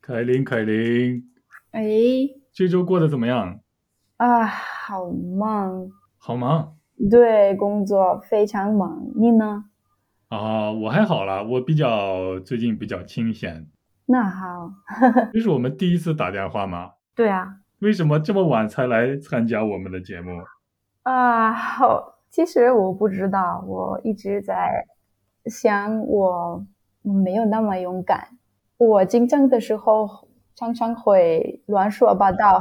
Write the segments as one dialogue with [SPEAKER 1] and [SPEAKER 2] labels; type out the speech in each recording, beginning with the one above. [SPEAKER 1] 凯琳，凯琳，
[SPEAKER 2] 哎
[SPEAKER 1] 这周过得怎么样？
[SPEAKER 2] 啊，好忙，
[SPEAKER 1] 好忙
[SPEAKER 2] 对工作非常忙。你呢？
[SPEAKER 1] 啊！我还好啦，我比较最近比较清闲。
[SPEAKER 2] 那好，
[SPEAKER 1] 这是我们第一次打电话吗？
[SPEAKER 2] 对啊，
[SPEAKER 1] 为什么这么晚才来参加我们的节目？
[SPEAKER 2] 啊，好。其实我不知道，我一直在想我没有那么勇敢。我紧张的时候常常会乱说八道，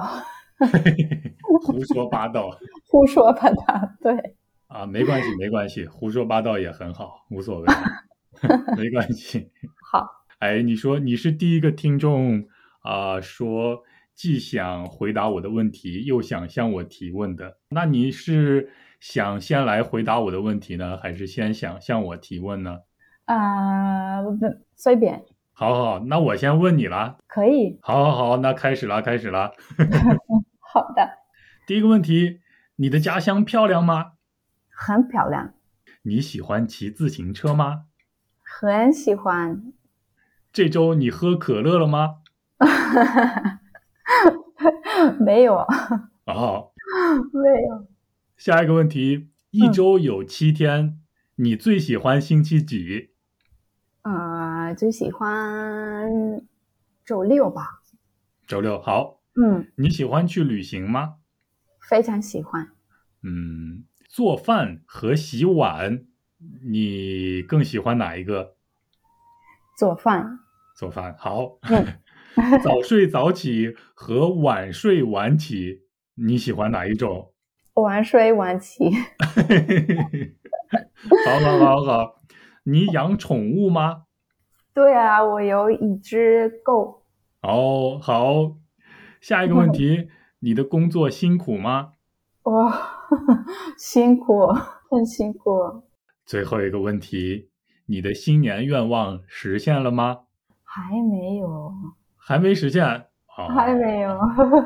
[SPEAKER 1] 胡说八道
[SPEAKER 2] 胡说八道。对，
[SPEAKER 1] 啊，没关系，没关系，胡说八道也很好，无所谓， 没关系。
[SPEAKER 2] 好，
[SPEAKER 1] 哎，你说你是第一个听众啊、说既想回答我的问题，又想向我提问的。那你是想先来回答我的问题呢，还是先想向我提问呢？
[SPEAKER 2] 啊，不不随便，
[SPEAKER 1] 好好，那我先问你啦。
[SPEAKER 2] 可以。
[SPEAKER 1] 好好好，那开始啦，开始啦。
[SPEAKER 2] 好的，
[SPEAKER 1] 第一个问题，你的家乡漂亮吗？
[SPEAKER 2] 很漂亮，
[SPEAKER 1] 你喜欢骑自行车吗？
[SPEAKER 2] 很喜欢。
[SPEAKER 1] 这周你喝可乐了吗？
[SPEAKER 2] 没有，啊
[SPEAKER 1] 哦，
[SPEAKER 2] 没有。
[SPEAKER 1] 下一个问题，一
[SPEAKER 2] 嗯
[SPEAKER 1] 周有七天，你最喜欢星期几？
[SPEAKER 2] 啊、最喜欢周六吧。
[SPEAKER 1] 周六。好，
[SPEAKER 2] 嗯，
[SPEAKER 1] 你喜欢去旅行吗？
[SPEAKER 2] 非常喜欢。
[SPEAKER 1] 嗯，做饭和洗碗，你更喜欢哪一个？
[SPEAKER 2] 做饭，
[SPEAKER 1] 做饭。好，
[SPEAKER 2] 嗯
[SPEAKER 1] 早睡早起和晚睡晚起，你喜欢哪一种？
[SPEAKER 2] 晚睡晚起。
[SPEAKER 1] 好好好好，你养宠物吗？
[SPEAKER 2] 对啊，我有一只狗，
[SPEAKER 1] 哦，好，下一个问题，你的工作辛苦吗？
[SPEAKER 2] 哇、 辛苦， 很辛苦，
[SPEAKER 1] 最后一个问题，你的新年愿望实现了吗？
[SPEAKER 2] 还没有，
[SPEAKER 1] 还没实现，哦、
[SPEAKER 2] 还没有。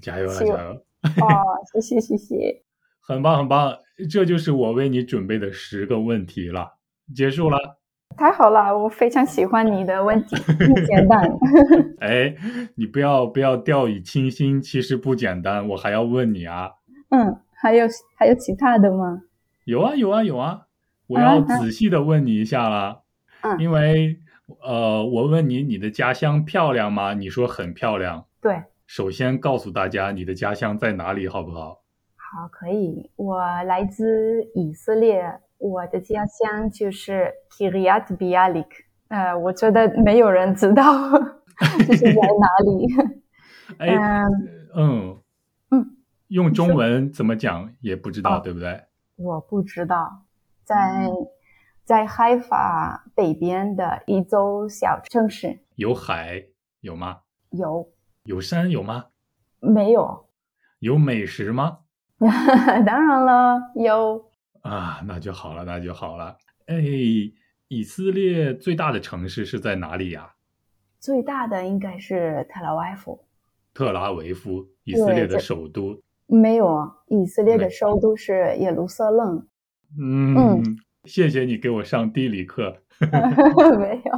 [SPEAKER 1] 加油啊，
[SPEAKER 2] 希望
[SPEAKER 1] 加油！
[SPEAKER 2] 哦，谢谢，谢谢。
[SPEAKER 1] 很棒，很棒，这就是我为你准备的十个问题了，结束了。
[SPEAKER 2] 太好了，我非常喜欢你的问题，不简单。
[SPEAKER 1] 哎，你不要不要掉以轻心，其实不简单，我还要问你啊。
[SPEAKER 2] 嗯，还有还有其他的吗？
[SPEAKER 1] 有啊有啊有啊，我
[SPEAKER 2] 啊
[SPEAKER 1] 要
[SPEAKER 2] 啊
[SPEAKER 1] 仔细的问你一下啦，
[SPEAKER 2] 嗯
[SPEAKER 1] 因为呃，我问你你的家乡漂亮吗？你说很漂亮。
[SPEAKER 2] 对，
[SPEAKER 1] 首先告诉大家你的家乡在哪里，好不好？
[SPEAKER 2] 好，可以。我来自以色列，我的家乡就是 Kiryat Bialik。呃，我觉得没有人知道 这是在哪里。
[SPEAKER 1] 哎，
[SPEAKER 2] 嗯，
[SPEAKER 1] 嗯
[SPEAKER 2] 嗯，
[SPEAKER 1] 用中文怎么讲也不知道，
[SPEAKER 2] 哦
[SPEAKER 1] 对不对？
[SPEAKER 2] 我不知道，在在海法北边的一座小城市
[SPEAKER 1] 有海有吗？
[SPEAKER 2] 有
[SPEAKER 1] 有山有吗？
[SPEAKER 2] 没有？
[SPEAKER 1] 有美食吗？
[SPEAKER 2] 当然了，有。
[SPEAKER 1] 啊，那就好了，那就好了。哎，以色列最大的城市是在哪里呀、
[SPEAKER 2] 最大的应该是特拉维夫，
[SPEAKER 1] 特拉维夫，以色列的
[SPEAKER 2] 这
[SPEAKER 1] 首都。
[SPEAKER 2] 没有。啊以色列
[SPEAKER 1] 没
[SPEAKER 2] 的首都是耶路撒冷，
[SPEAKER 1] 嗯，谢谢你给我上地理课。
[SPEAKER 2] 没有。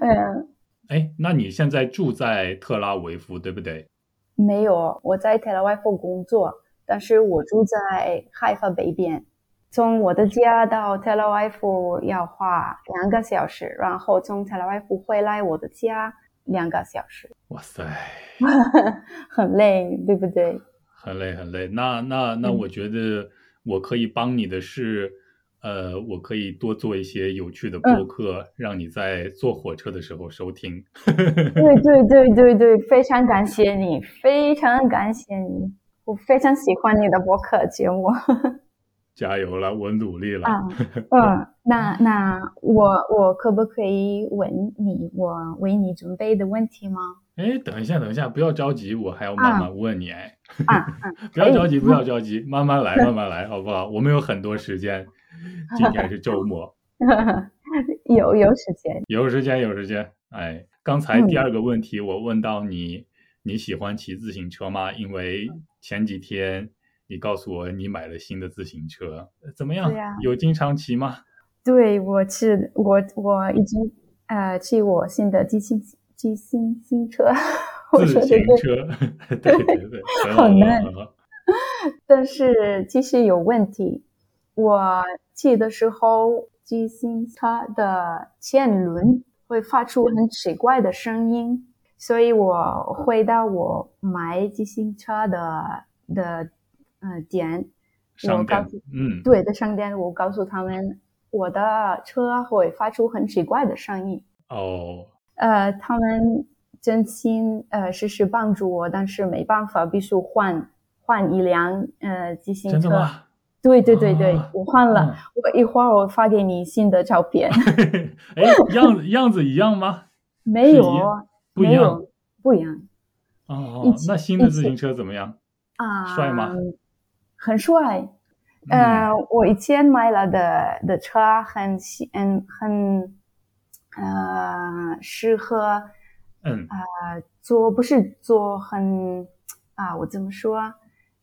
[SPEAKER 2] 嗯。
[SPEAKER 1] 哎，那你现在住在特拉维夫，对不对？
[SPEAKER 2] 没有，我在 Tel Aviv 工作，但是我住在海法北边。从我的家到 Tel Aviv 要花两个小时，然后从 Tel Aviv 回来我的家两个小时，
[SPEAKER 1] 哇塞，
[SPEAKER 2] 很累，对不对？
[SPEAKER 1] 很累很累。那那那，
[SPEAKER 2] 嗯
[SPEAKER 1] 我觉得我可以帮你的是，呃，我可以多做一些有趣的
[SPEAKER 2] 嗯
[SPEAKER 1] 播客，让你在坐火车的时候收听。
[SPEAKER 2] 对对对对对，非常感谢你，非常感谢你，我非常喜欢你的播客节目。
[SPEAKER 1] 加油了，我努力了。
[SPEAKER 2] 啊，嗯，那那我我可不可以问你我为你准备的问题吗？
[SPEAKER 1] 哎，等一下，等一下，不要着急，我还要慢
[SPEAKER 2] 嗯
[SPEAKER 1] 慢问你。哎，
[SPEAKER 2] 啊啊，
[SPEAKER 1] 不要着急，
[SPEAKER 2] 可以
[SPEAKER 1] 不要着急，慢慢来，慢慢来，好不好？我们有很多时间，今天是周末，
[SPEAKER 2] 有有时间，
[SPEAKER 1] 有时间，有时间。哎，刚才
[SPEAKER 2] 嗯
[SPEAKER 1] 第二个问题我问到你，你喜欢骑自行车吗？因为
[SPEAKER 2] 嗯
[SPEAKER 1] 前几天你告诉我你买了新的自行车，呃怎么样
[SPEAKER 2] 对呀？
[SPEAKER 1] 有经常骑吗？
[SPEAKER 2] 对我是我我已经呃去我新的自行骑新新车， 我说
[SPEAKER 1] 自
[SPEAKER 2] 的
[SPEAKER 1] 行
[SPEAKER 2] 对，
[SPEAKER 1] 车， 对对 对，很
[SPEAKER 2] 好
[SPEAKER 1] 好玩
[SPEAKER 2] 难
[SPEAKER 1] 很好
[SPEAKER 2] 但是其实有问题。我骑的时候，机芯它的前轮会发出很奇怪的声音，所以我回到我买机芯车的的呃点，我
[SPEAKER 1] 商
[SPEAKER 2] 告
[SPEAKER 1] 店
[SPEAKER 2] 诉，
[SPEAKER 1] 嗯，
[SPEAKER 2] 对的商店，我告诉他们我的车会发出很奇怪的声音。
[SPEAKER 1] 哦，
[SPEAKER 2] 呃，他们真心呃实时帮助我，但是没办法，必须换换一辆呃机芯
[SPEAKER 1] 真的
[SPEAKER 2] 车。
[SPEAKER 1] 吗？
[SPEAKER 2] 对对对对，
[SPEAKER 1] 啊
[SPEAKER 2] 我换了，
[SPEAKER 1] 嗯
[SPEAKER 2] 我一会儿我发给你新的照片。
[SPEAKER 1] 哎，样子样子一样吗？
[SPEAKER 2] 没有
[SPEAKER 1] 是一
[SPEAKER 2] 啊，
[SPEAKER 1] 不一
[SPEAKER 2] 没
[SPEAKER 1] 样
[SPEAKER 2] 有，不一样
[SPEAKER 1] 哦
[SPEAKER 2] 一
[SPEAKER 1] 哦
[SPEAKER 2] 起，
[SPEAKER 1] 那新的
[SPEAKER 2] 一
[SPEAKER 1] 自
[SPEAKER 2] 起
[SPEAKER 1] 行车怎么样？
[SPEAKER 2] 啊，
[SPEAKER 1] 帅吗？嗯
[SPEAKER 2] 很帅。呃，我以前买了的的车很喜嗯很呃适合
[SPEAKER 1] 嗯，
[SPEAKER 2] 呃做不是做很啊，我怎么说啊？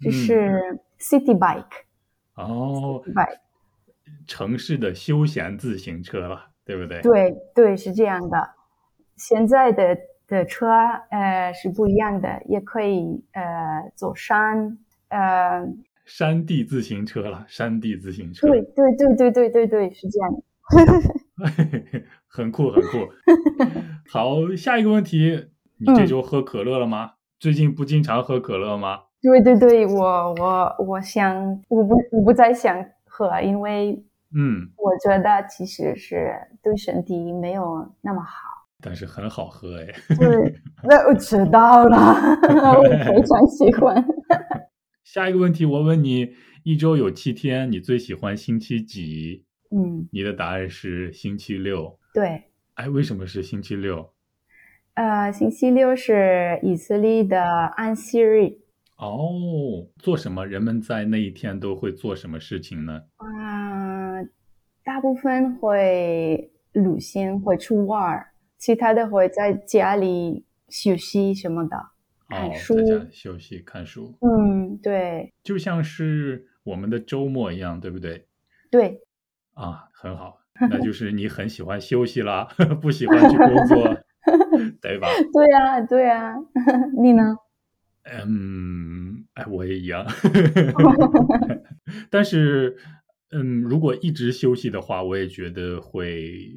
[SPEAKER 2] 就
[SPEAKER 1] 嗯
[SPEAKER 2] 是 city bike 啊
[SPEAKER 1] 哦，
[SPEAKER 2] bike。
[SPEAKER 1] 城市的休闲自行车了，对不对？
[SPEAKER 2] 对对，是这样的。现在的的车呃是不一样的，也可以呃走山，呃，
[SPEAKER 1] 山地自行车了，山地自行车，
[SPEAKER 2] 对对对对对对对，是这样的。
[SPEAKER 1] 很酷很 酷。好，下一个问题，你这
[SPEAKER 2] 嗯
[SPEAKER 1] 周喝可乐了吗？最近不经常喝可乐吗？
[SPEAKER 2] 对对对，我我我想，我不我不再想喝，因为
[SPEAKER 1] 嗯，
[SPEAKER 2] 我觉得其实是对身体没有那么好。
[SPEAKER 1] 但是很好喝哎。
[SPEAKER 2] 对，那我知道了，我非常喜欢。
[SPEAKER 1] 下一个问题，我问你，一周有七天，你最喜欢星期几？
[SPEAKER 2] 嗯，
[SPEAKER 1] 你的答案是星期六。
[SPEAKER 2] 对。
[SPEAKER 1] 哎，为什么是星期六？
[SPEAKER 2] 呃，星期六是以色列的安息日，
[SPEAKER 1] 哦，做什么？人们在那一天都会做什么事情呢？
[SPEAKER 2] 啊，大部分会旅行，会出玩儿，其他的会在家里休息什么的。看
[SPEAKER 1] 哦，
[SPEAKER 2] 书
[SPEAKER 1] 在家休息看书，
[SPEAKER 2] 嗯，对
[SPEAKER 1] 就像是我们的周末一样，对不对？
[SPEAKER 2] 对，
[SPEAKER 1] 啊，很好，那就是你很喜欢休息啦， 不喜欢去工作，对吧？
[SPEAKER 2] 对啊，对啊。 你呢？
[SPEAKER 1] 嗯，哎，我也一样，但是，嗯，如果一直休息的话，我也觉得会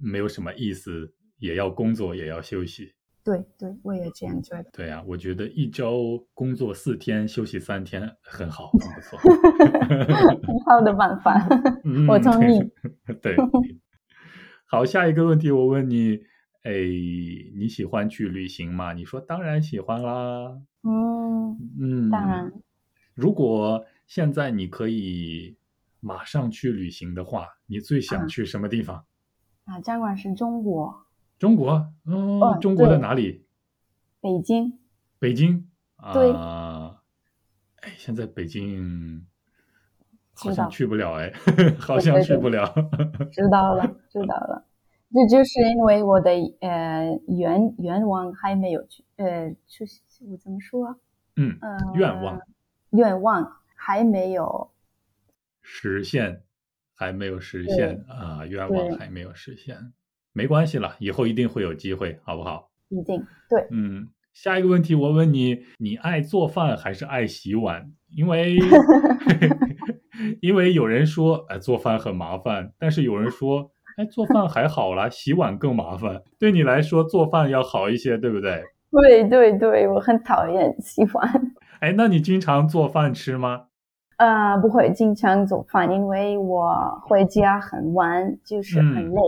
[SPEAKER 1] 没有什么意思，也要工作，也要休息。
[SPEAKER 2] 对对，我也这样觉得。
[SPEAKER 1] 对呀、啊我觉得一周工作四天，休息三天，很好，很不错。
[SPEAKER 2] 很好的办 法。
[SPEAKER 1] 嗯
[SPEAKER 2] 我同意。
[SPEAKER 1] 对， 好，下一个问题我问你，哎，你喜欢去旅行吗？你说当然喜欢啦。
[SPEAKER 2] 嗯，
[SPEAKER 1] 嗯，
[SPEAKER 2] 当然。。
[SPEAKER 1] 如果现在你可以马上去旅行的话，你最想
[SPEAKER 2] 嗯
[SPEAKER 1] 去什么地方？
[SPEAKER 2] 啊，尽管是中国，
[SPEAKER 1] 中国？嗯，
[SPEAKER 2] 哦
[SPEAKER 1] 中国的
[SPEAKER 2] 对
[SPEAKER 1] 哪里？
[SPEAKER 2] 北京，
[SPEAKER 1] 北京
[SPEAKER 2] 对
[SPEAKER 1] 啊。哎，现在北京好
[SPEAKER 2] 知
[SPEAKER 1] 像
[SPEAKER 2] 道
[SPEAKER 1] 去不了哎， 好
[SPEAKER 2] 对
[SPEAKER 1] 像
[SPEAKER 2] 对
[SPEAKER 1] 去
[SPEAKER 2] 对
[SPEAKER 1] 不了。
[SPEAKER 2] 知道了，知道了。这就是因为我的呃愿愿望还没有去呃去，我怎么说啊？
[SPEAKER 1] 嗯，
[SPEAKER 2] 呃，
[SPEAKER 1] 愿望
[SPEAKER 2] 愿望还没有，
[SPEAKER 1] 实现还没有实
[SPEAKER 2] 对
[SPEAKER 1] 现啊，愿望
[SPEAKER 2] 对
[SPEAKER 1] 还没有实现，没关系了，以后一定会有机会，好不好？
[SPEAKER 2] 一定对，
[SPEAKER 1] 嗯，下一个问题我问你，你爱做饭还是爱洗碗？因 为 因为有人说哎做饭很麻烦，但是有人说哎做饭还好啦，洗碗更麻烦。对你来说做饭要好一些，对不对？
[SPEAKER 2] 对对对，我很讨厌喜欢，
[SPEAKER 1] 哎，那你经常做饭吃吗？
[SPEAKER 2] 呃，不会经常做饭，因为我回家很晚，就是很
[SPEAKER 1] 嗯
[SPEAKER 2] 累，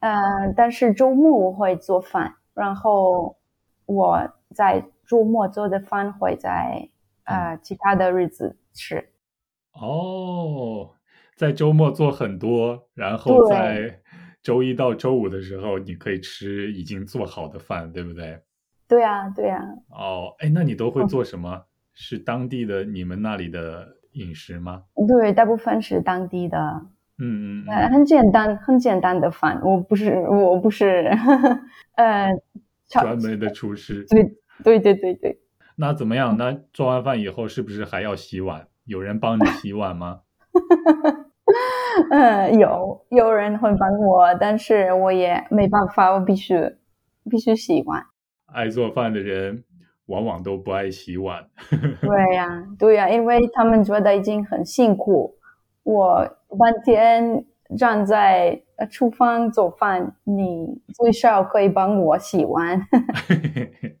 [SPEAKER 2] 呃，但是周末我会做饭，然后我在周末做的饭会在呃其他的日子吃，
[SPEAKER 1] 哦，在周末做很多，然后
[SPEAKER 2] 对
[SPEAKER 1] 在周一到周五的时候，你可以吃已经做好的饭，对不对？
[SPEAKER 2] 对啊对啊，
[SPEAKER 1] 哦，哎，那你都
[SPEAKER 2] 嗯
[SPEAKER 1] 会做什么？是当地的你们那里的饮食吗？
[SPEAKER 2] 对，大部分是当地的。
[SPEAKER 1] 嗯嗯
[SPEAKER 2] 呃，
[SPEAKER 1] 嗯，
[SPEAKER 2] 很简单，很简单的饭，我不是，我不是， 呃，炒，
[SPEAKER 1] 专门的厨师。
[SPEAKER 2] 对，嗯对对对对，
[SPEAKER 1] 那怎么样？那做完饭以后是不是还要洗碗？有人帮你洗碗吗？
[SPEAKER 2] 嗯、有有人会帮我，但是我也没办法，我必须必须洗碗。
[SPEAKER 1] 爱做饭的人往往都不爱洗碗。
[SPEAKER 2] 对呀、对呀、因为他们觉得已经很辛苦，我半天站在呃厨房做饭，你最少可以帮我洗碗。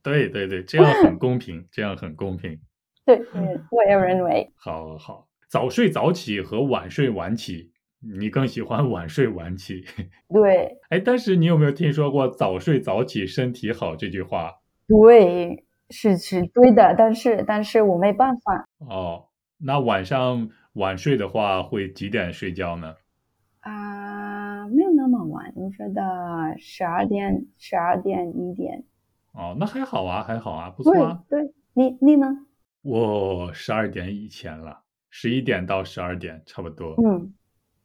[SPEAKER 1] 对对对，这样很公平，这样很公平。
[SPEAKER 2] 对，对我也认为，
[SPEAKER 1] 好好，早睡早起和晚睡晚起，你更喜欢 晚睡晚起。
[SPEAKER 2] 对
[SPEAKER 1] 哎，但是你有没有听说过“早睡早起身体好”这句话？
[SPEAKER 2] 对是是对的，但是但是我没办法
[SPEAKER 1] 哦，那晚上晚睡的话，会几点睡觉呢？
[SPEAKER 2] 啊、没有那么晚，我觉得十二点、十二点一点，
[SPEAKER 1] 哦，那还好啊，还好啊，不
[SPEAKER 2] 对
[SPEAKER 1] 错啊。
[SPEAKER 2] 对，你你呢？
[SPEAKER 1] 我十二点以前了，十一点到十二点差不多。
[SPEAKER 2] 嗯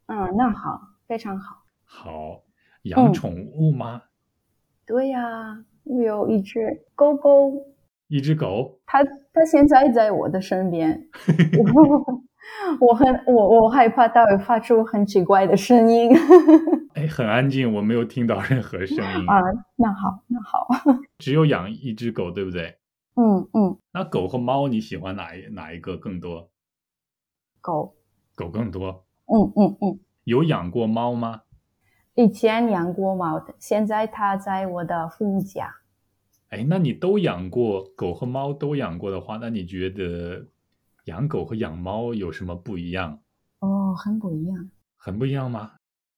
[SPEAKER 2] 嗯，那好，非常好。
[SPEAKER 1] 好，养
[SPEAKER 2] 嗯
[SPEAKER 1] 宠物吗？
[SPEAKER 2] 对呀、我有一只狗狗，
[SPEAKER 1] 一只狗？
[SPEAKER 2] 它它现在在我的身 边，我我很我我害怕它会发出很奇怪的声音
[SPEAKER 1] 哎，很安静，我没有听到任何声音。
[SPEAKER 2] 啊。那好，那好，
[SPEAKER 1] 只有养一只狗，对不对？
[SPEAKER 2] 嗯嗯，
[SPEAKER 1] 那狗和猫，你喜欢哪一哪一个更多？
[SPEAKER 2] 狗，
[SPEAKER 1] 狗更多。
[SPEAKER 2] 嗯嗯嗯，
[SPEAKER 1] 有养过猫吗？
[SPEAKER 2] 以前养过猫的，现在它在我的副家。
[SPEAKER 1] 哎，那你都养过狗和猫都养过的话，那你觉得养狗和养猫有什么不一样？
[SPEAKER 2] 哦，很不一样。
[SPEAKER 1] 很不一样吗？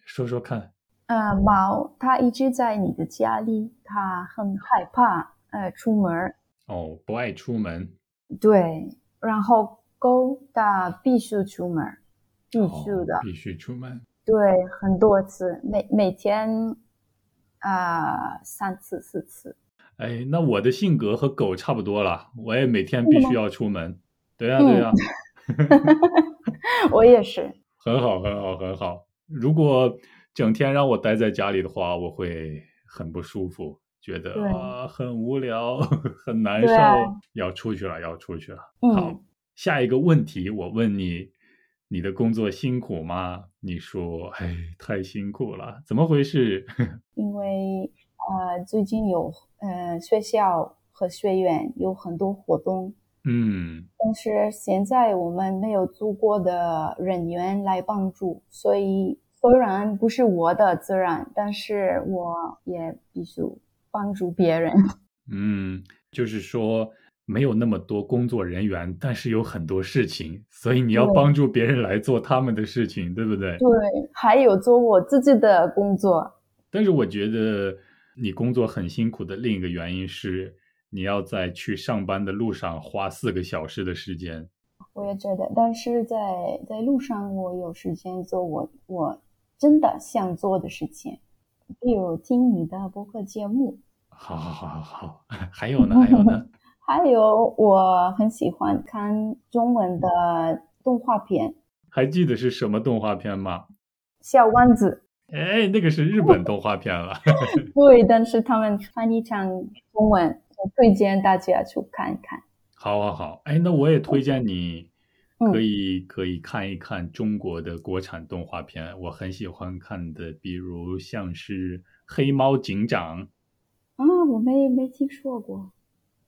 [SPEAKER 1] 说说看。
[SPEAKER 2] 呃，猫它一直在你的家里，它很害怕呃出门儿，
[SPEAKER 1] 哦，不爱出门，
[SPEAKER 2] 对，然后狗它必须出门儿，必
[SPEAKER 1] 哦
[SPEAKER 2] 须的，
[SPEAKER 1] 必须出门。
[SPEAKER 2] 对，很多次，每每天啊、三次四次，
[SPEAKER 1] 哎，那我的性格和狗差不多了，我也每天
[SPEAKER 2] 真的
[SPEAKER 1] 必
[SPEAKER 2] 吗
[SPEAKER 1] 须要出门。对呀、
[SPEAKER 2] 嗯
[SPEAKER 1] 对呀、啊
[SPEAKER 2] 我也是，
[SPEAKER 1] 很好，很好，很好。如果整天让我待在家里的话，我会很不舒服，觉得
[SPEAKER 2] 对
[SPEAKER 1] 啊很无聊， 很难
[SPEAKER 2] 对
[SPEAKER 1] 受
[SPEAKER 2] 啊，
[SPEAKER 1] 要出去了，要出去了。好
[SPEAKER 2] 嗯，
[SPEAKER 1] 下一个问题，我问你，你的工作辛苦吗？你说，哎，太辛苦了，怎么回事？
[SPEAKER 2] 因为呃最近有呃学校和学院有很多活动，
[SPEAKER 1] 嗯，
[SPEAKER 2] 但是现在我们没有足够的人员来帮助，所以虽然不是我的责任，但是我也必须帮助别人。
[SPEAKER 1] 嗯，就是说没有那么多工作人员，但是有很多事情，所以你要
[SPEAKER 2] 对
[SPEAKER 1] 帮助别人来做他们的事情，对不对？
[SPEAKER 2] 对，还有做我自己的工作。
[SPEAKER 1] 但是我觉得你工作很辛苦的另一个原因是，你要在去上班的路上花四个小时的时间。
[SPEAKER 2] 我也觉得，但是在在路上，我有时间做我我真的想做的事情，比如听你的播客节目，
[SPEAKER 1] 好好好好好， 还有呢，还有呢，
[SPEAKER 2] 还有我很喜欢看中文的动画片《
[SPEAKER 1] 还记得是什么动画片吗？
[SPEAKER 2] 小丸子》。
[SPEAKER 1] 哎，那个是日本动画片了。
[SPEAKER 2] 对，但是他们翻译成中文，我推荐大家去看一看。
[SPEAKER 1] 好好好，哎，那我也推荐你，
[SPEAKER 2] 嗯
[SPEAKER 1] 可以可以看一看中国的国产动画片，我很喜欢看的，比如像是《黑猫警长》，
[SPEAKER 2] 啊，我没没听说过。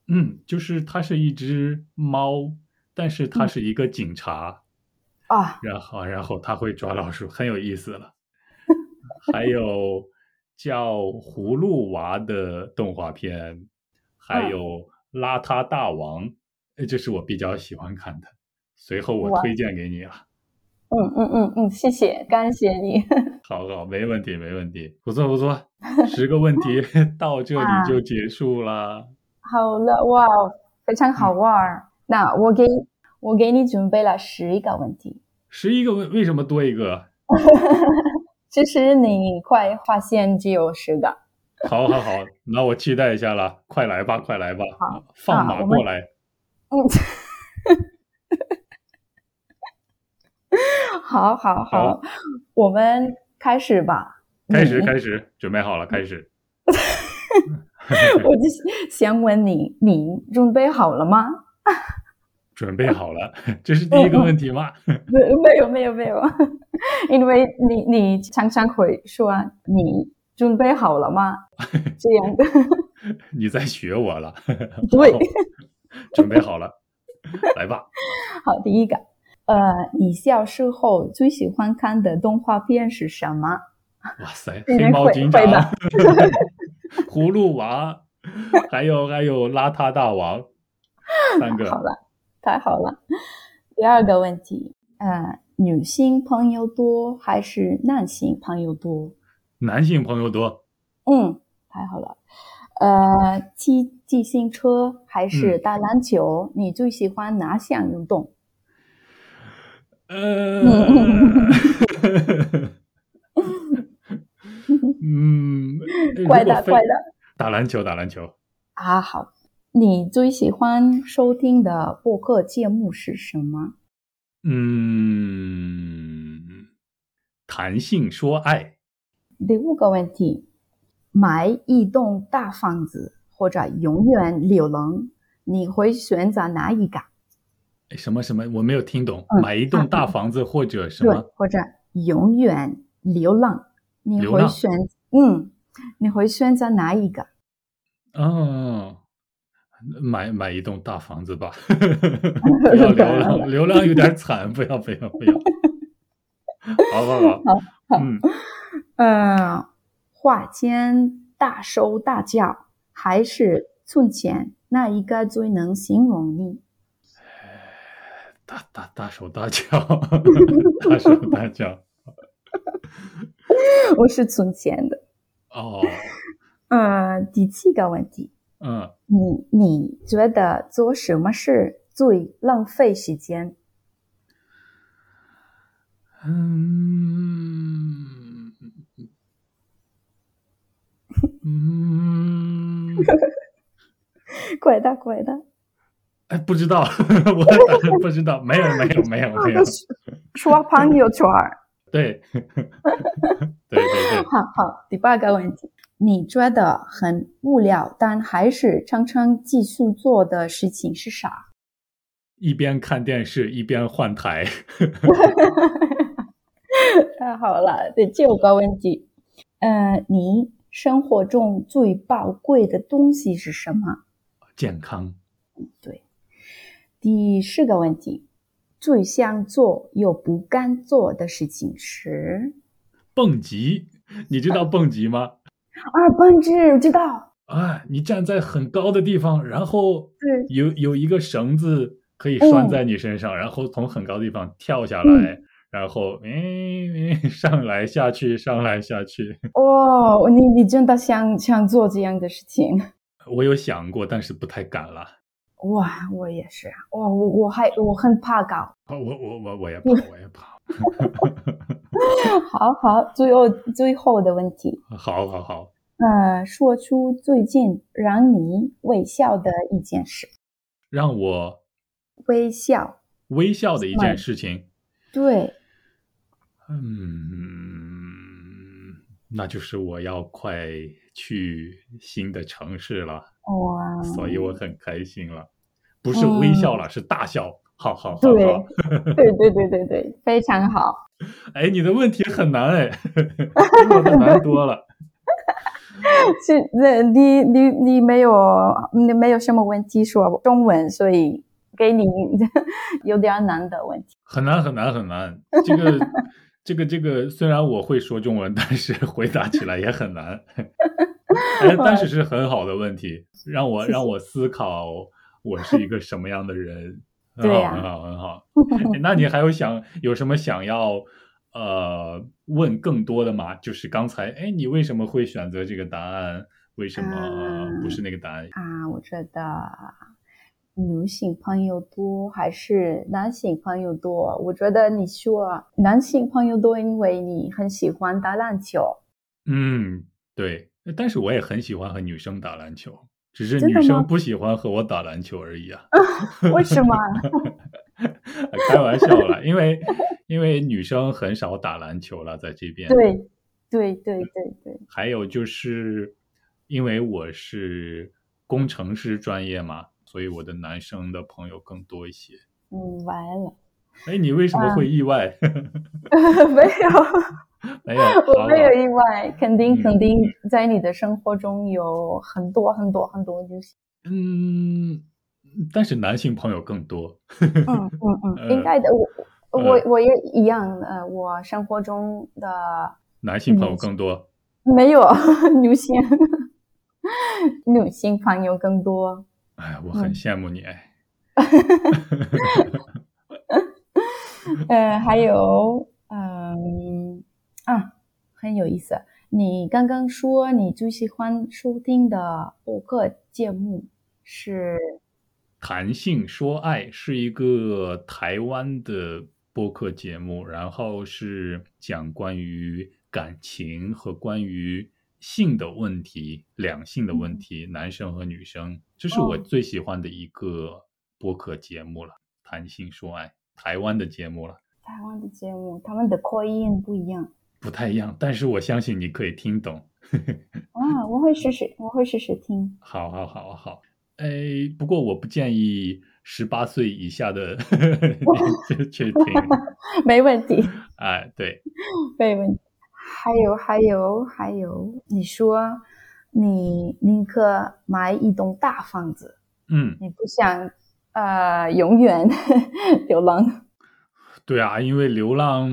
[SPEAKER 1] 嗯，就是它是一只猫，但是
[SPEAKER 2] 嗯
[SPEAKER 1] 它是一个警察，
[SPEAKER 2] 啊，
[SPEAKER 1] 然后然后它会抓老鼠，很有意思 了。还有叫《葫芦娃》的动画片，还
[SPEAKER 2] 嗯
[SPEAKER 1] 有《邋遢大王》，呃这是我比较喜欢看的。随后我
[SPEAKER 2] 哇
[SPEAKER 1] 推荐给你了。
[SPEAKER 2] 嗯嗯嗯嗯，谢谢，感谢你。
[SPEAKER 1] 好好，没问题，没问题，不错不错。十个问题 到这里
[SPEAKER 2] 啊
[SPEAKER 1] 就结束啦。
[SPEAKER 2] 好了，哇，非常好玩儿。那我给我给你准备了十一个问题，
[SPEAKER 1] 十一个为为什么多一个？啊
[SPEAKER 2] 其实你快发现只有十个。
[SPEAKER 1] 好好好，那我期待一下了，快来吧，快来吧，
[SPEAKER 2] 好
[SPEAKER 1] 放
[SPEAKER 2] 啊
[SPEAKER 1] 马
[SPEAKER 2] 我们
[SPEAKER 1] 过来。
[SPEAKER 2] 嗯，好好
[SPEAKER 1] 好
[SPEAKER 2] 好，我们开始吧。
[SPEAKER 1] 开始，
[SPEAKER 2] 你
[SPEAKER 1] 开始，准备好了，
[SPEAKER 2] 嗯
[SPEAKER 1] 开始。
[SPEAKER 2] 我就想问你，你准备好了吗？
[SPEAKER 1] 准备好了， 这是第一个问题吗？
[SPEAKER 2] 没 啊没有没有没有，因为你你常常会说你准备好了吗？这 样的，
[SPEAKER 1] 你在学我了，
[SPEAKER 2] 对，
[SPEAKER 1] 准备好了，来吧。
[SPEAKER 2] 好，第一个，呃，你小时候最喜欢看的动画片是什么？
[SPEAKER 1] 哇塞，
[SPEAKER 2] 应该
[SPEAKER 1] 黑猫
[SPEAKER 2] 会
[SPEAKER 1] 警
[SPEAKER 2] 会
[SPEAKER 1] 长
[SPEAKER 2] 吧、
[SPEAKER 1] 葫芦娃，还有还有邋遢大王，三个
[SPEAKER 2] 好了，太好了。第二个问题，呃，女性朋友多还是男性朋友多？
[SPEAKER 1] 男性朋友多，
[SPEAKER 2] 嗯，太好了。呃，骑骑自行车还是
[SPEAKER 1] 嗯
[SPEAKER 2] 打篮球？你最喜欢哪项运动？
[SPEAKER 1] 呃，嗯，如
[SPEAKER 2] 怪
[SPEAKER 1] 果
[SPEAKER 2] 的
[SPEAKER 1] 非
[SPEAKER 2] 怪的
[SPEAKER 1] 打篮球，打篮球，
[SPEAKER 2] 啊，好。你最喜欢收听的播客节目是什么？
[SPEAKER 1] 嗯，谈性说爱，
[SPEAKER 2] 第五个问题，买一栋大房子或者永远流浪，你会选择哪一个？
[SPEAKER 1] 哎什么什么，我没有听懂，
[SPEAKER 2] 嗯
[SPEAKER 1] 买一栋大房子或者什
[SPEAKER 2] 对
[SPEAKER 1] 么，
[SPEAKER 2] 或者永远流浪，你
[SPEAKER 1] 流
[SPEAKER 2] 会
[SPEAKER 1] 浪
[SPEAKER 2] 选嗯，你会选择哪一个？
[SPEAKER 1] 哦，买买一栋大房子 吧，不要流浪，流浪有点惨，不要不要不要，好好好，嗯，
[SPEAKER 2] 呃，花钱大手大脚还是存钱，那一个最能形容你？
[SPEAKER 1] 大大大手大脚，大手大脚，
[SPEAKER 2] 我是存钱的。
[SPEAKER 1] 哦，
[SPEAKER 2] 呃，第七个问题，
[SPEAKER 1] 嗯，
[SPEAKER 2] 你你觉得做什么事最浪费时 间？
[SPEAKER 1] 嗯，嗯，
[SPEAKER 2] 快的，快的，
[SPEAKER 1] 哎，不知道，我 打算不知道，没有，没有，没有，没有，
[SPEAKER 2] 啊刷朋友圈儿。
[SPEAKER 1] 对，对对对，
[SPEAKER 2] 好好，第八个问题，你觉得很无聊，但还是常常继续做的事情是啥？
[SPEAKER 1] 一边看电视一边换台，
[SPEAKER 2] 太好了，第九个问题，呃，你生活中最宝贵的东西是什么？
[SPEAKER 1] 健康。
[SPEAKER 2] 第十个问题，最想做又不敢做的事情是？
[SPEAKER 1] 蹦极，你知道蹦极吗？
[SPEAKER 2] 二蹦子，知道，
[SPEAKER 1] 啊，你站在很高的地方，然后
[SPEAKER 2] 对，
[SPEAKER 1] 有有一个绳子可以拴在你身上，然后从很高的地方跳下来，然后嗯、嗯 上来下去，上来下去。
[SPEAKER 2] 哦，你你真的想想做这样的事情？
[SPEAKER 1] 我有想过，但是不太敢了。
[SPEAKER 2] 哇，我也是，啊哇，我我还我很怕高。
[SPEAKER 1] 啊我我我我也怕，我也怕。
[SPEAKER 2] 好好，最后最后的问题，
[SPEAKER 1] 好好好，
[SPEAKER 2] 呃，说出最近让你微笑的一件事。
[SPEAKER 1] 让我
[SPEAKER 2] 微笑，
[SPEAKER 1] 微笑的一
[SPEAKER 2] 嗯
[SPEAKER 1] 件事情，
[SPEAKER 2] 对，
[SPEAKER 1] 嗯，那就是我要快去新的城市了。
[SPEAKER 2] 哇，
[SPEAKER 1] 所以我很开心了，不是微笑了，是大笑，好好好
[SPEAKER 2] 对
[SPEAKER 1] 好。
[SPEAKER 2] 对对对对对，非常好。
[SPEAKER 1] 哎，你的问题很难哎， 比我的难多了。
[SPEAKER 2] 是，那你你你没有你没有什么问题说中文，所以给你 有点难的问题。
[SPEAKER 1] 很难很难很难。这个这个这个，虽然我会说中文，但是回答起来也很难。 哎，但是是很好的问题，让我
[SPEAKER 2] 谢谢
[SPEAKER 1] 让我思考，我是一个什么样的人。很
[SPEAKER 2] 对
[SPEAKER 1] 好
[SPEAKER 2] 呀
[SPEAKER 1] 很好很好。哎那你还有想有什么想要呃问更多的吗？就是刚才，哎，你为什么会选择这个答案？为什么呃
[SPEAKER 2] 嗯
[SPEAKER 1] 不是那个答案？
[SPEAKER 2] 啊，我觉得女性朋友多还是男性朋友多？我觉得你说男性朋友多，因为你很喜欢打 篮球，
[SPEAKER 1] 嗯，对，但是我也很喜欢和女生打篮球，只是
[SPEAKER 2] 真
[SPEAKER 1] 女
[SPEAKER 2] 的吗
[SPEAKER 1] 生不喜欢和我打篮球而已啊。呃
[SPEAKER 2] 为什 么？
[SPEAKER 1] 开玩笑啦，因 为因为女生很少打篮球了，在这边。，
[SPEAKER 2] 对，对，对，对，对，
[SPEAKER 1] 还有就是因为我是工程师专业嘛，所以我的男生的朋友更多一些。
[SPEAKER 2] 嗯，完了，
[SPEAKER 1] 哎，你为什么会意外？
[SPEAKER 2] 没有。
[SPEAKER 1] 没有，好
[SPEAKER 2] 我没有
[SPEAKER 1] 好
[SPEAKER 2] 意外，肯定
[SPEAKER 1] 嗯
[SPEAKER 2] 肯定在你的生活中有很多很多很 多惊喜。
[SPEAKER 1] 嗯，但是男性朋友更多。
[SPEAKER 2] 嗯嗯
[SPEAKER 1] 呃
[SPEAKER 2] 嗯，应该的。我
[SPEAKER 1] 呃
[SPEAKER 2] 我我也一样，呃，我生活中的
[SPEAKER 1] 男性
[SPEAKER 2] 嗯
[SPEAKER 1] 朋友更多。
[SPEAKER 2] 没有 女性女性朋友更多。
[SPEAKER 1] 哎，我很
[SPEAKER 2] 嗯
[SPEAKER 1] 羡慕你哎。
[SPEAKER 2] 呃，还有，嗯、啊，很有意思。你刚刚说你最喜欢收听的播客节目是
[SPEAKER 1] 谈性说爱是一个台湾的播客节目，然后是讲关于感情和关于性的问题、两性的问题，男生和女生，这是我
[SPEAKER 2] 哦
[SPEAKER 1] 最喜欢的一个播客节目了。谈性说爱，台湾的节目了。
[SPEAKER 2] 台湾的节目，他们的口音不一样。
[SPEAKER 1] 不太一样，但是我相信你可以听懂。
[SPEAKER 2] 啊，我会试试，我会试试听。
[SPEAKER 1] 好好好好，哎，不过我不建议十八岁以下的 去去听。
[SPEAKER 2] 没问题，
[SPEAKER 1] 哎，对，
[SPEAKER 2] 没问题。还有，还有，还有，你说你宁可买一栋大房子，
[SPEAKER 1] 嗯，
[SPEAKER 2] 你不想呃永远 流浪？
[SPEAKER 1] 对啊，因为流浪，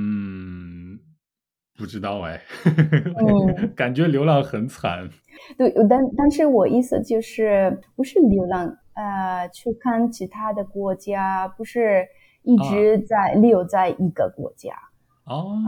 [SPEAKER 1] 嗯不知道哎，
[SPEAKER 2] 嗯
[SPEAKER 1] 感觉流浪很惨。
[SPEAKER 2] 对，但但是我意思就是不是流浪，呃，去看其他的国家，不是一直在留在一个国家。
[SPEAKER 1] 哦，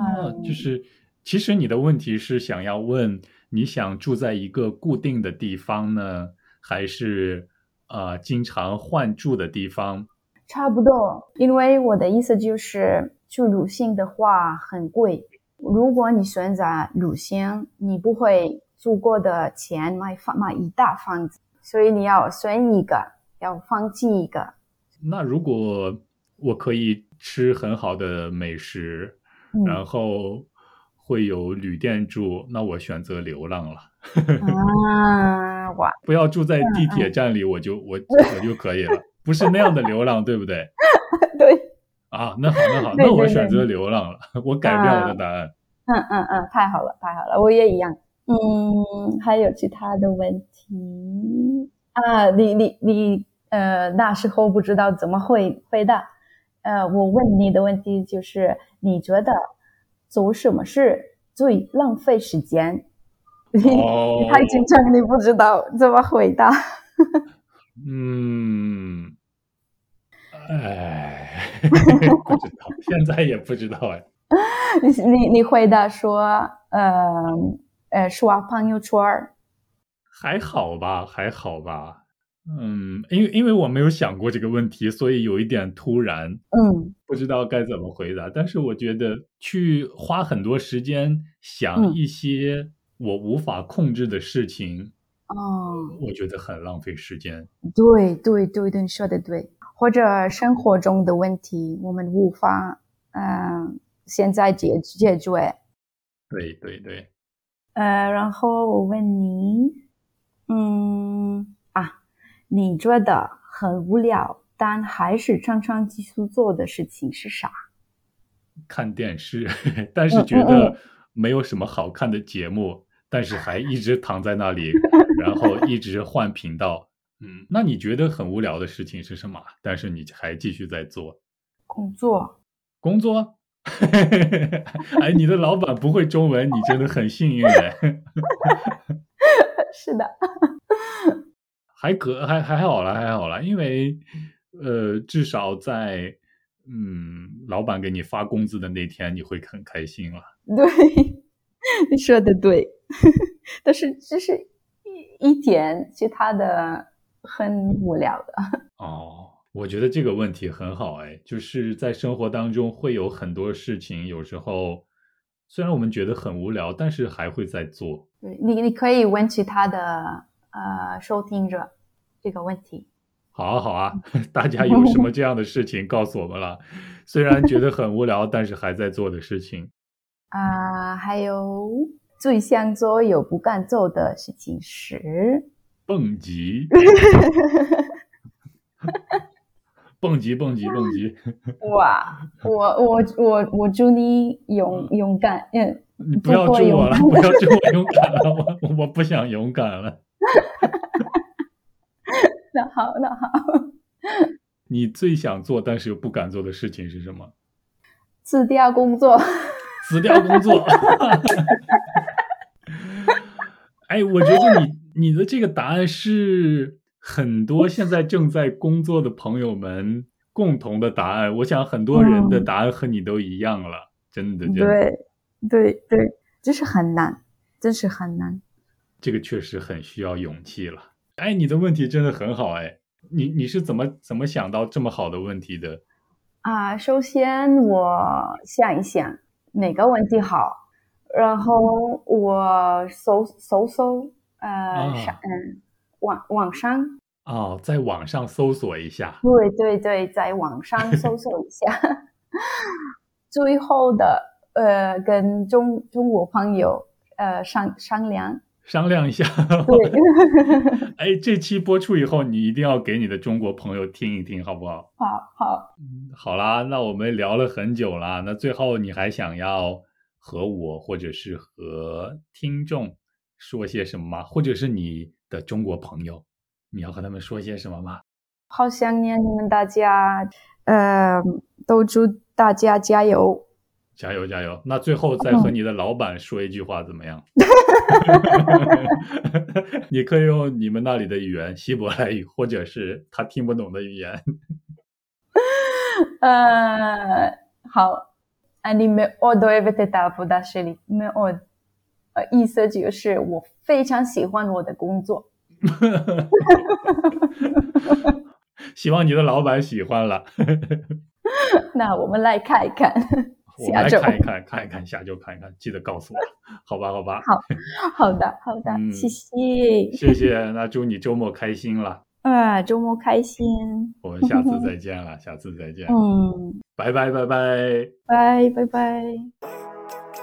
[SPEAKER 1] 就
[SPEAKER 2] 嗯
[SPEAKER 1] 是其实你的问题是想要问，你想住在一个固定的地方呢，还是呃经常换住的地方？
[SPEAKER 2] 差不多，因为我的意思就是，去旅行的话很贵。如果你选择旅行，你不会足够的钱买房买一大房子，所以你要选一个，要放弃一个。
[SPEAKER 1] 那如果我可以吃很好的美食，然
[SPEAKER 2] 嗯
[SPEAKER 1] 后会有旅店住，那我选择流浪了，
[SPEAKER 2] 啊，哇，
[SPEAKER 1] 不要住在地
[SPEAKER 2] 嗯
[SPEAKER 1] 铁站里，我就我我就可以了，不是那样的流浪，对不对？
[SPEAKER 2] 对，
[SPEAKER 1] 啊，那好，那好，
[SPEAKER 2] 对
[SPEAKER 1] 那我
[SPEAKER 2] 对
[SPEAKER 1] 选
[SPEAKER 2] 对
[SPEAKER 1] 择流浪了，我改变我的答案。
[SPEAKER 2] 嗯嗯嗯，太好了，太好了，我也一样。嗯，还有其他的问题啊？你你你，呃，那时候不知道怎么回回答。呃，我问你的问题就是，你觉得做什么事最浪费时间？你
[SPEAKER 1] 哦
[SPEAKER 2] 你 太紧张，你不知道怎么回答。
[SPEAKER 1] 嗯， 哎，不知道，现在也不知道哎。
[SPEAKER 2] 你你你回答说，呃呃，刷朋友圈儿。
[SPEAKER 1] 还好吧，还好吧。嗯，因为因为我没有想过这个问题，所以有一点突然，
[SPEAKER 2] 嗯
[SPEAKER 1] 不知道该怎么回答。但是我觉得去花很多时间想
[SPEAKER 2] 嗯
[SPEAKER 1] 一些我无法控制的事情，
[SPEAKER 2] 哦。
[SPEAKER 1] 我觉得很浪费时间。
[SPEAKER 2] 对对对对，你说的对。或者生活中的问题，我们无法嗯、呃现在解解决。
[SPEAKER 1] 对对对，
[SPEAKER 2] 呃，然后我问你，嗯啊，你觉得很无聊，但还是常常继续做的事情是啥？
[SPEAKER 1] 看电视， 但是觉得没有什么好看的节目，但是还一直躺在那里，然后一直换频道。嗯，那你觉得很无聊的事情是什么？但是你还继续在做。
[SPEAKER 2] 工作？
[SPEAKER 1] 工作？ 哎，你的老板不会中文，你真的很幸运哎，
[SPEAKER 2] 是的，
[SPEAKER 1] 还可还还好啦，还好啦，因为呃，至少在嗯，老板给你发工资的那天，你会很开心了。
[SPEAKER 2] 对， 你说的对。 但是这是一一点，其他的很无聊的。
[SPEAKER 1] 哦，我觉得这个问题很好哎，就是在生活当中会有很多事情，有时候虽然我们觉得很无聊，但是还会在做。
[SPEAKER 2] 对你，你可以问其他的呃收听者这个问题。
[SPEAKER 1] 好啊，好啊，大家有什么这样的事情告诉我们了？虽然觉得很无聊，但是还在做的事情。
[SPEAKER 2] 啊、还有最想做又不敢做的事情 是，
[SPEAKER 1] 蹦极，蹦极，蹦极，蹦极！
[SPEAKER 2] 哇，我我我我祝你勇勇敢，嗯，
[SPEAKER 1] 你不要
[SPEAKER 2] 不
[SPEAKER 1] 救
[SPEAKER 2] 过
[SPEAKER 1] 我了，
[SPEAKER 2] 勇
[SPEAKER 1] 不要救我勇敢了，我我不想勇敢了。
[SPEAKER 2] 那好那好，
[SPEAKER 1] 你最想做但是又不敢做的事情是什么？
[SPEAKER 2] 辞掉工作，
[SPEAKER 1] 辞掉工作。 哎，我觉得你你的这个答案是很多现在正在工作的朋友们共同的答案。我想很多人的答案和你都一样了，真的，真的，
[SPEAKER 2] 对对对，就是很难，真是很难。
[SPEAKER 1] 这个确实很需要勇气了。哎，你的问题真的很好，哎，你你是怎么怎么想到这么好的问题的？
[SPEAKER 2] 啊，首先我想一想哪个问题好，然后我搜搜搜，
[SPEAKER 1] 啊
[SPEAKER 2] 呃，上嗯，网网上，
[SPEAKER 1] 哦，在网上搜索一下，
[SPEAKER 2] 对对对，在网上搜索一下， 最后的呃，跟中中国朋友呃商商量，
[SPEAKER 1] 商量一下。
[SPEAKER 2] 对，
[SPEAKER 1] 哎，这期播出以后，你一定要给你的中国朋友听一听，好不好？
[SPEAKER 2] 好好，
[SPEAKER 1] 好啦，那我们聊了很久啦，那最后你还想要和我或者是和听众说些什么吗？或者是你的中国朋友，你要和他们说些什么吗？
[SPEAKER 2] 好想念你们大家，呃，都祝大家加油。
[SPEAKER 1] 加油加油！那最后
[SPEAKER 2] 嗯
[SPEAKER 1] 再和你的老板说一句话怎么 样？你可以用你们那里的语言，希伯来语，或者是他听不懂的语言。
[SPEAKER 2] אה, אני מאוד אוהבת את העבודה שלי, מאוד. 呃，意思就是我非常喜欢我的工作。
[SPEAKER 1] 希望你的老板喜欢了。
[SPEAKER 2] 那我们来看一看。
[SPEAKER 1] 我们来
[SPEAKER 2] 下周
[SPEAKER 1] 看一看，看一看，下周看一看，记得告诉我，好吧，好吧。
[SPEAKER 2] 好好的，好的，
[SPEAKER 1] 嗯
[SPEAKER 2] 谢谢。
[SPEAKER 1] 谢谢，那祝你周末开心了，
[SPEAKER 2] 啊，周末开心。
[SPEAKER 1] 我们下次再见了，下次再见，
[SPEAKER 2] 嗯，
[SPEAKER 1] 拜拜，拜拜。
[SPEAKER 2] 拜拜拜。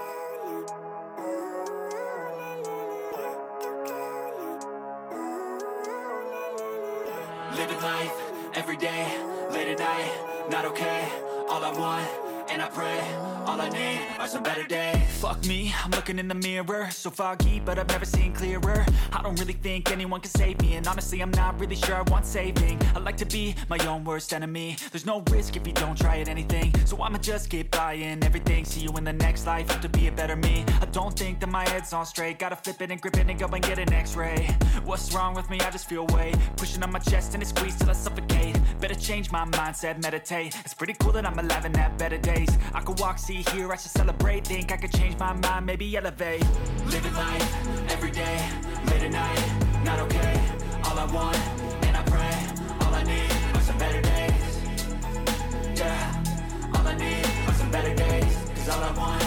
[SPEAKER 3] Living life every day, late at night, not okay. All I want, and I pray, all I need are some better days. Fuck me, I'm looking in the mirror, so foggy, but I've never seen clearer. I don't really think anyone can save me, and honestly, I'm not really sure I want saving. I like to be my own worst enemy. There's no risk if you don't try at anything, so I'ma just keep buying everything. See you in the next life, have to be a better me. I don't think that my head's on straight, gotta flip it and grip it and go and get an x-ray. What's wrong with me? I just feel weight pushing on my chest and it squeezed till I suffocate. Better change my mindset, meditate. It's pretty cool that I'm alive and have better days. I could walk, see, hear, I should celebrate. Think I could change my mind, maybe elevate. Living life every day, late at night, not okay. All I want, and I pray, all I need are some better days. Yeah, all I need are some better days. Cause all I want,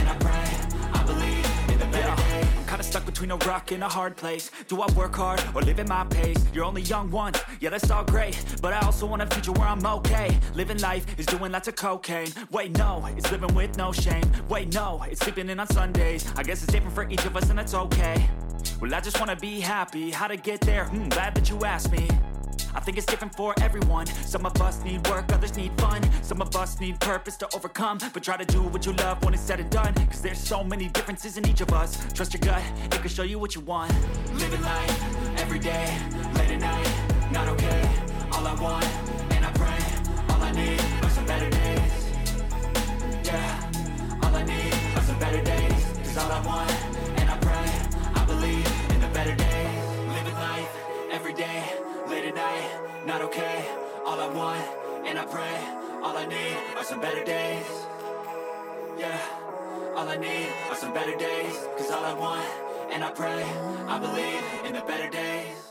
[SPEAKER 3] and I pray, I believe in the better days. I'm kinda stuck between a rock and a hard place. Do I work hard or live at my pace? You're only young once, yeah, that's all great. But I also want a future where I'm okay. Living life is doing lots of cocaine. Wait, no, it's living with no shame. Wait, no, it's sleeping in on Sundays. I guess it's different for each of us, and that's okay. Well, I just wanna be happy. How to get there? Hmm, glad that you asked me. I think it's different for everyone. Some of us need work, others need fun. Some of us need purpose to overcome. But try to do what you love when it's said and done. Cause there's so many differences in each of us. Trust your gut, it can show you what you want. Living life, every day, late at night, not okay. All I want, and I pray, all I need are some better days. Yeah, all I need are some better days. Cause all I want, and I pray, I believe in the better days. Living life every day, late at night, not okay. All I want, and I pray, all I need are some better days. Yeah, all I need are some better days. Cause all I want, and I pray, I believe in the better days.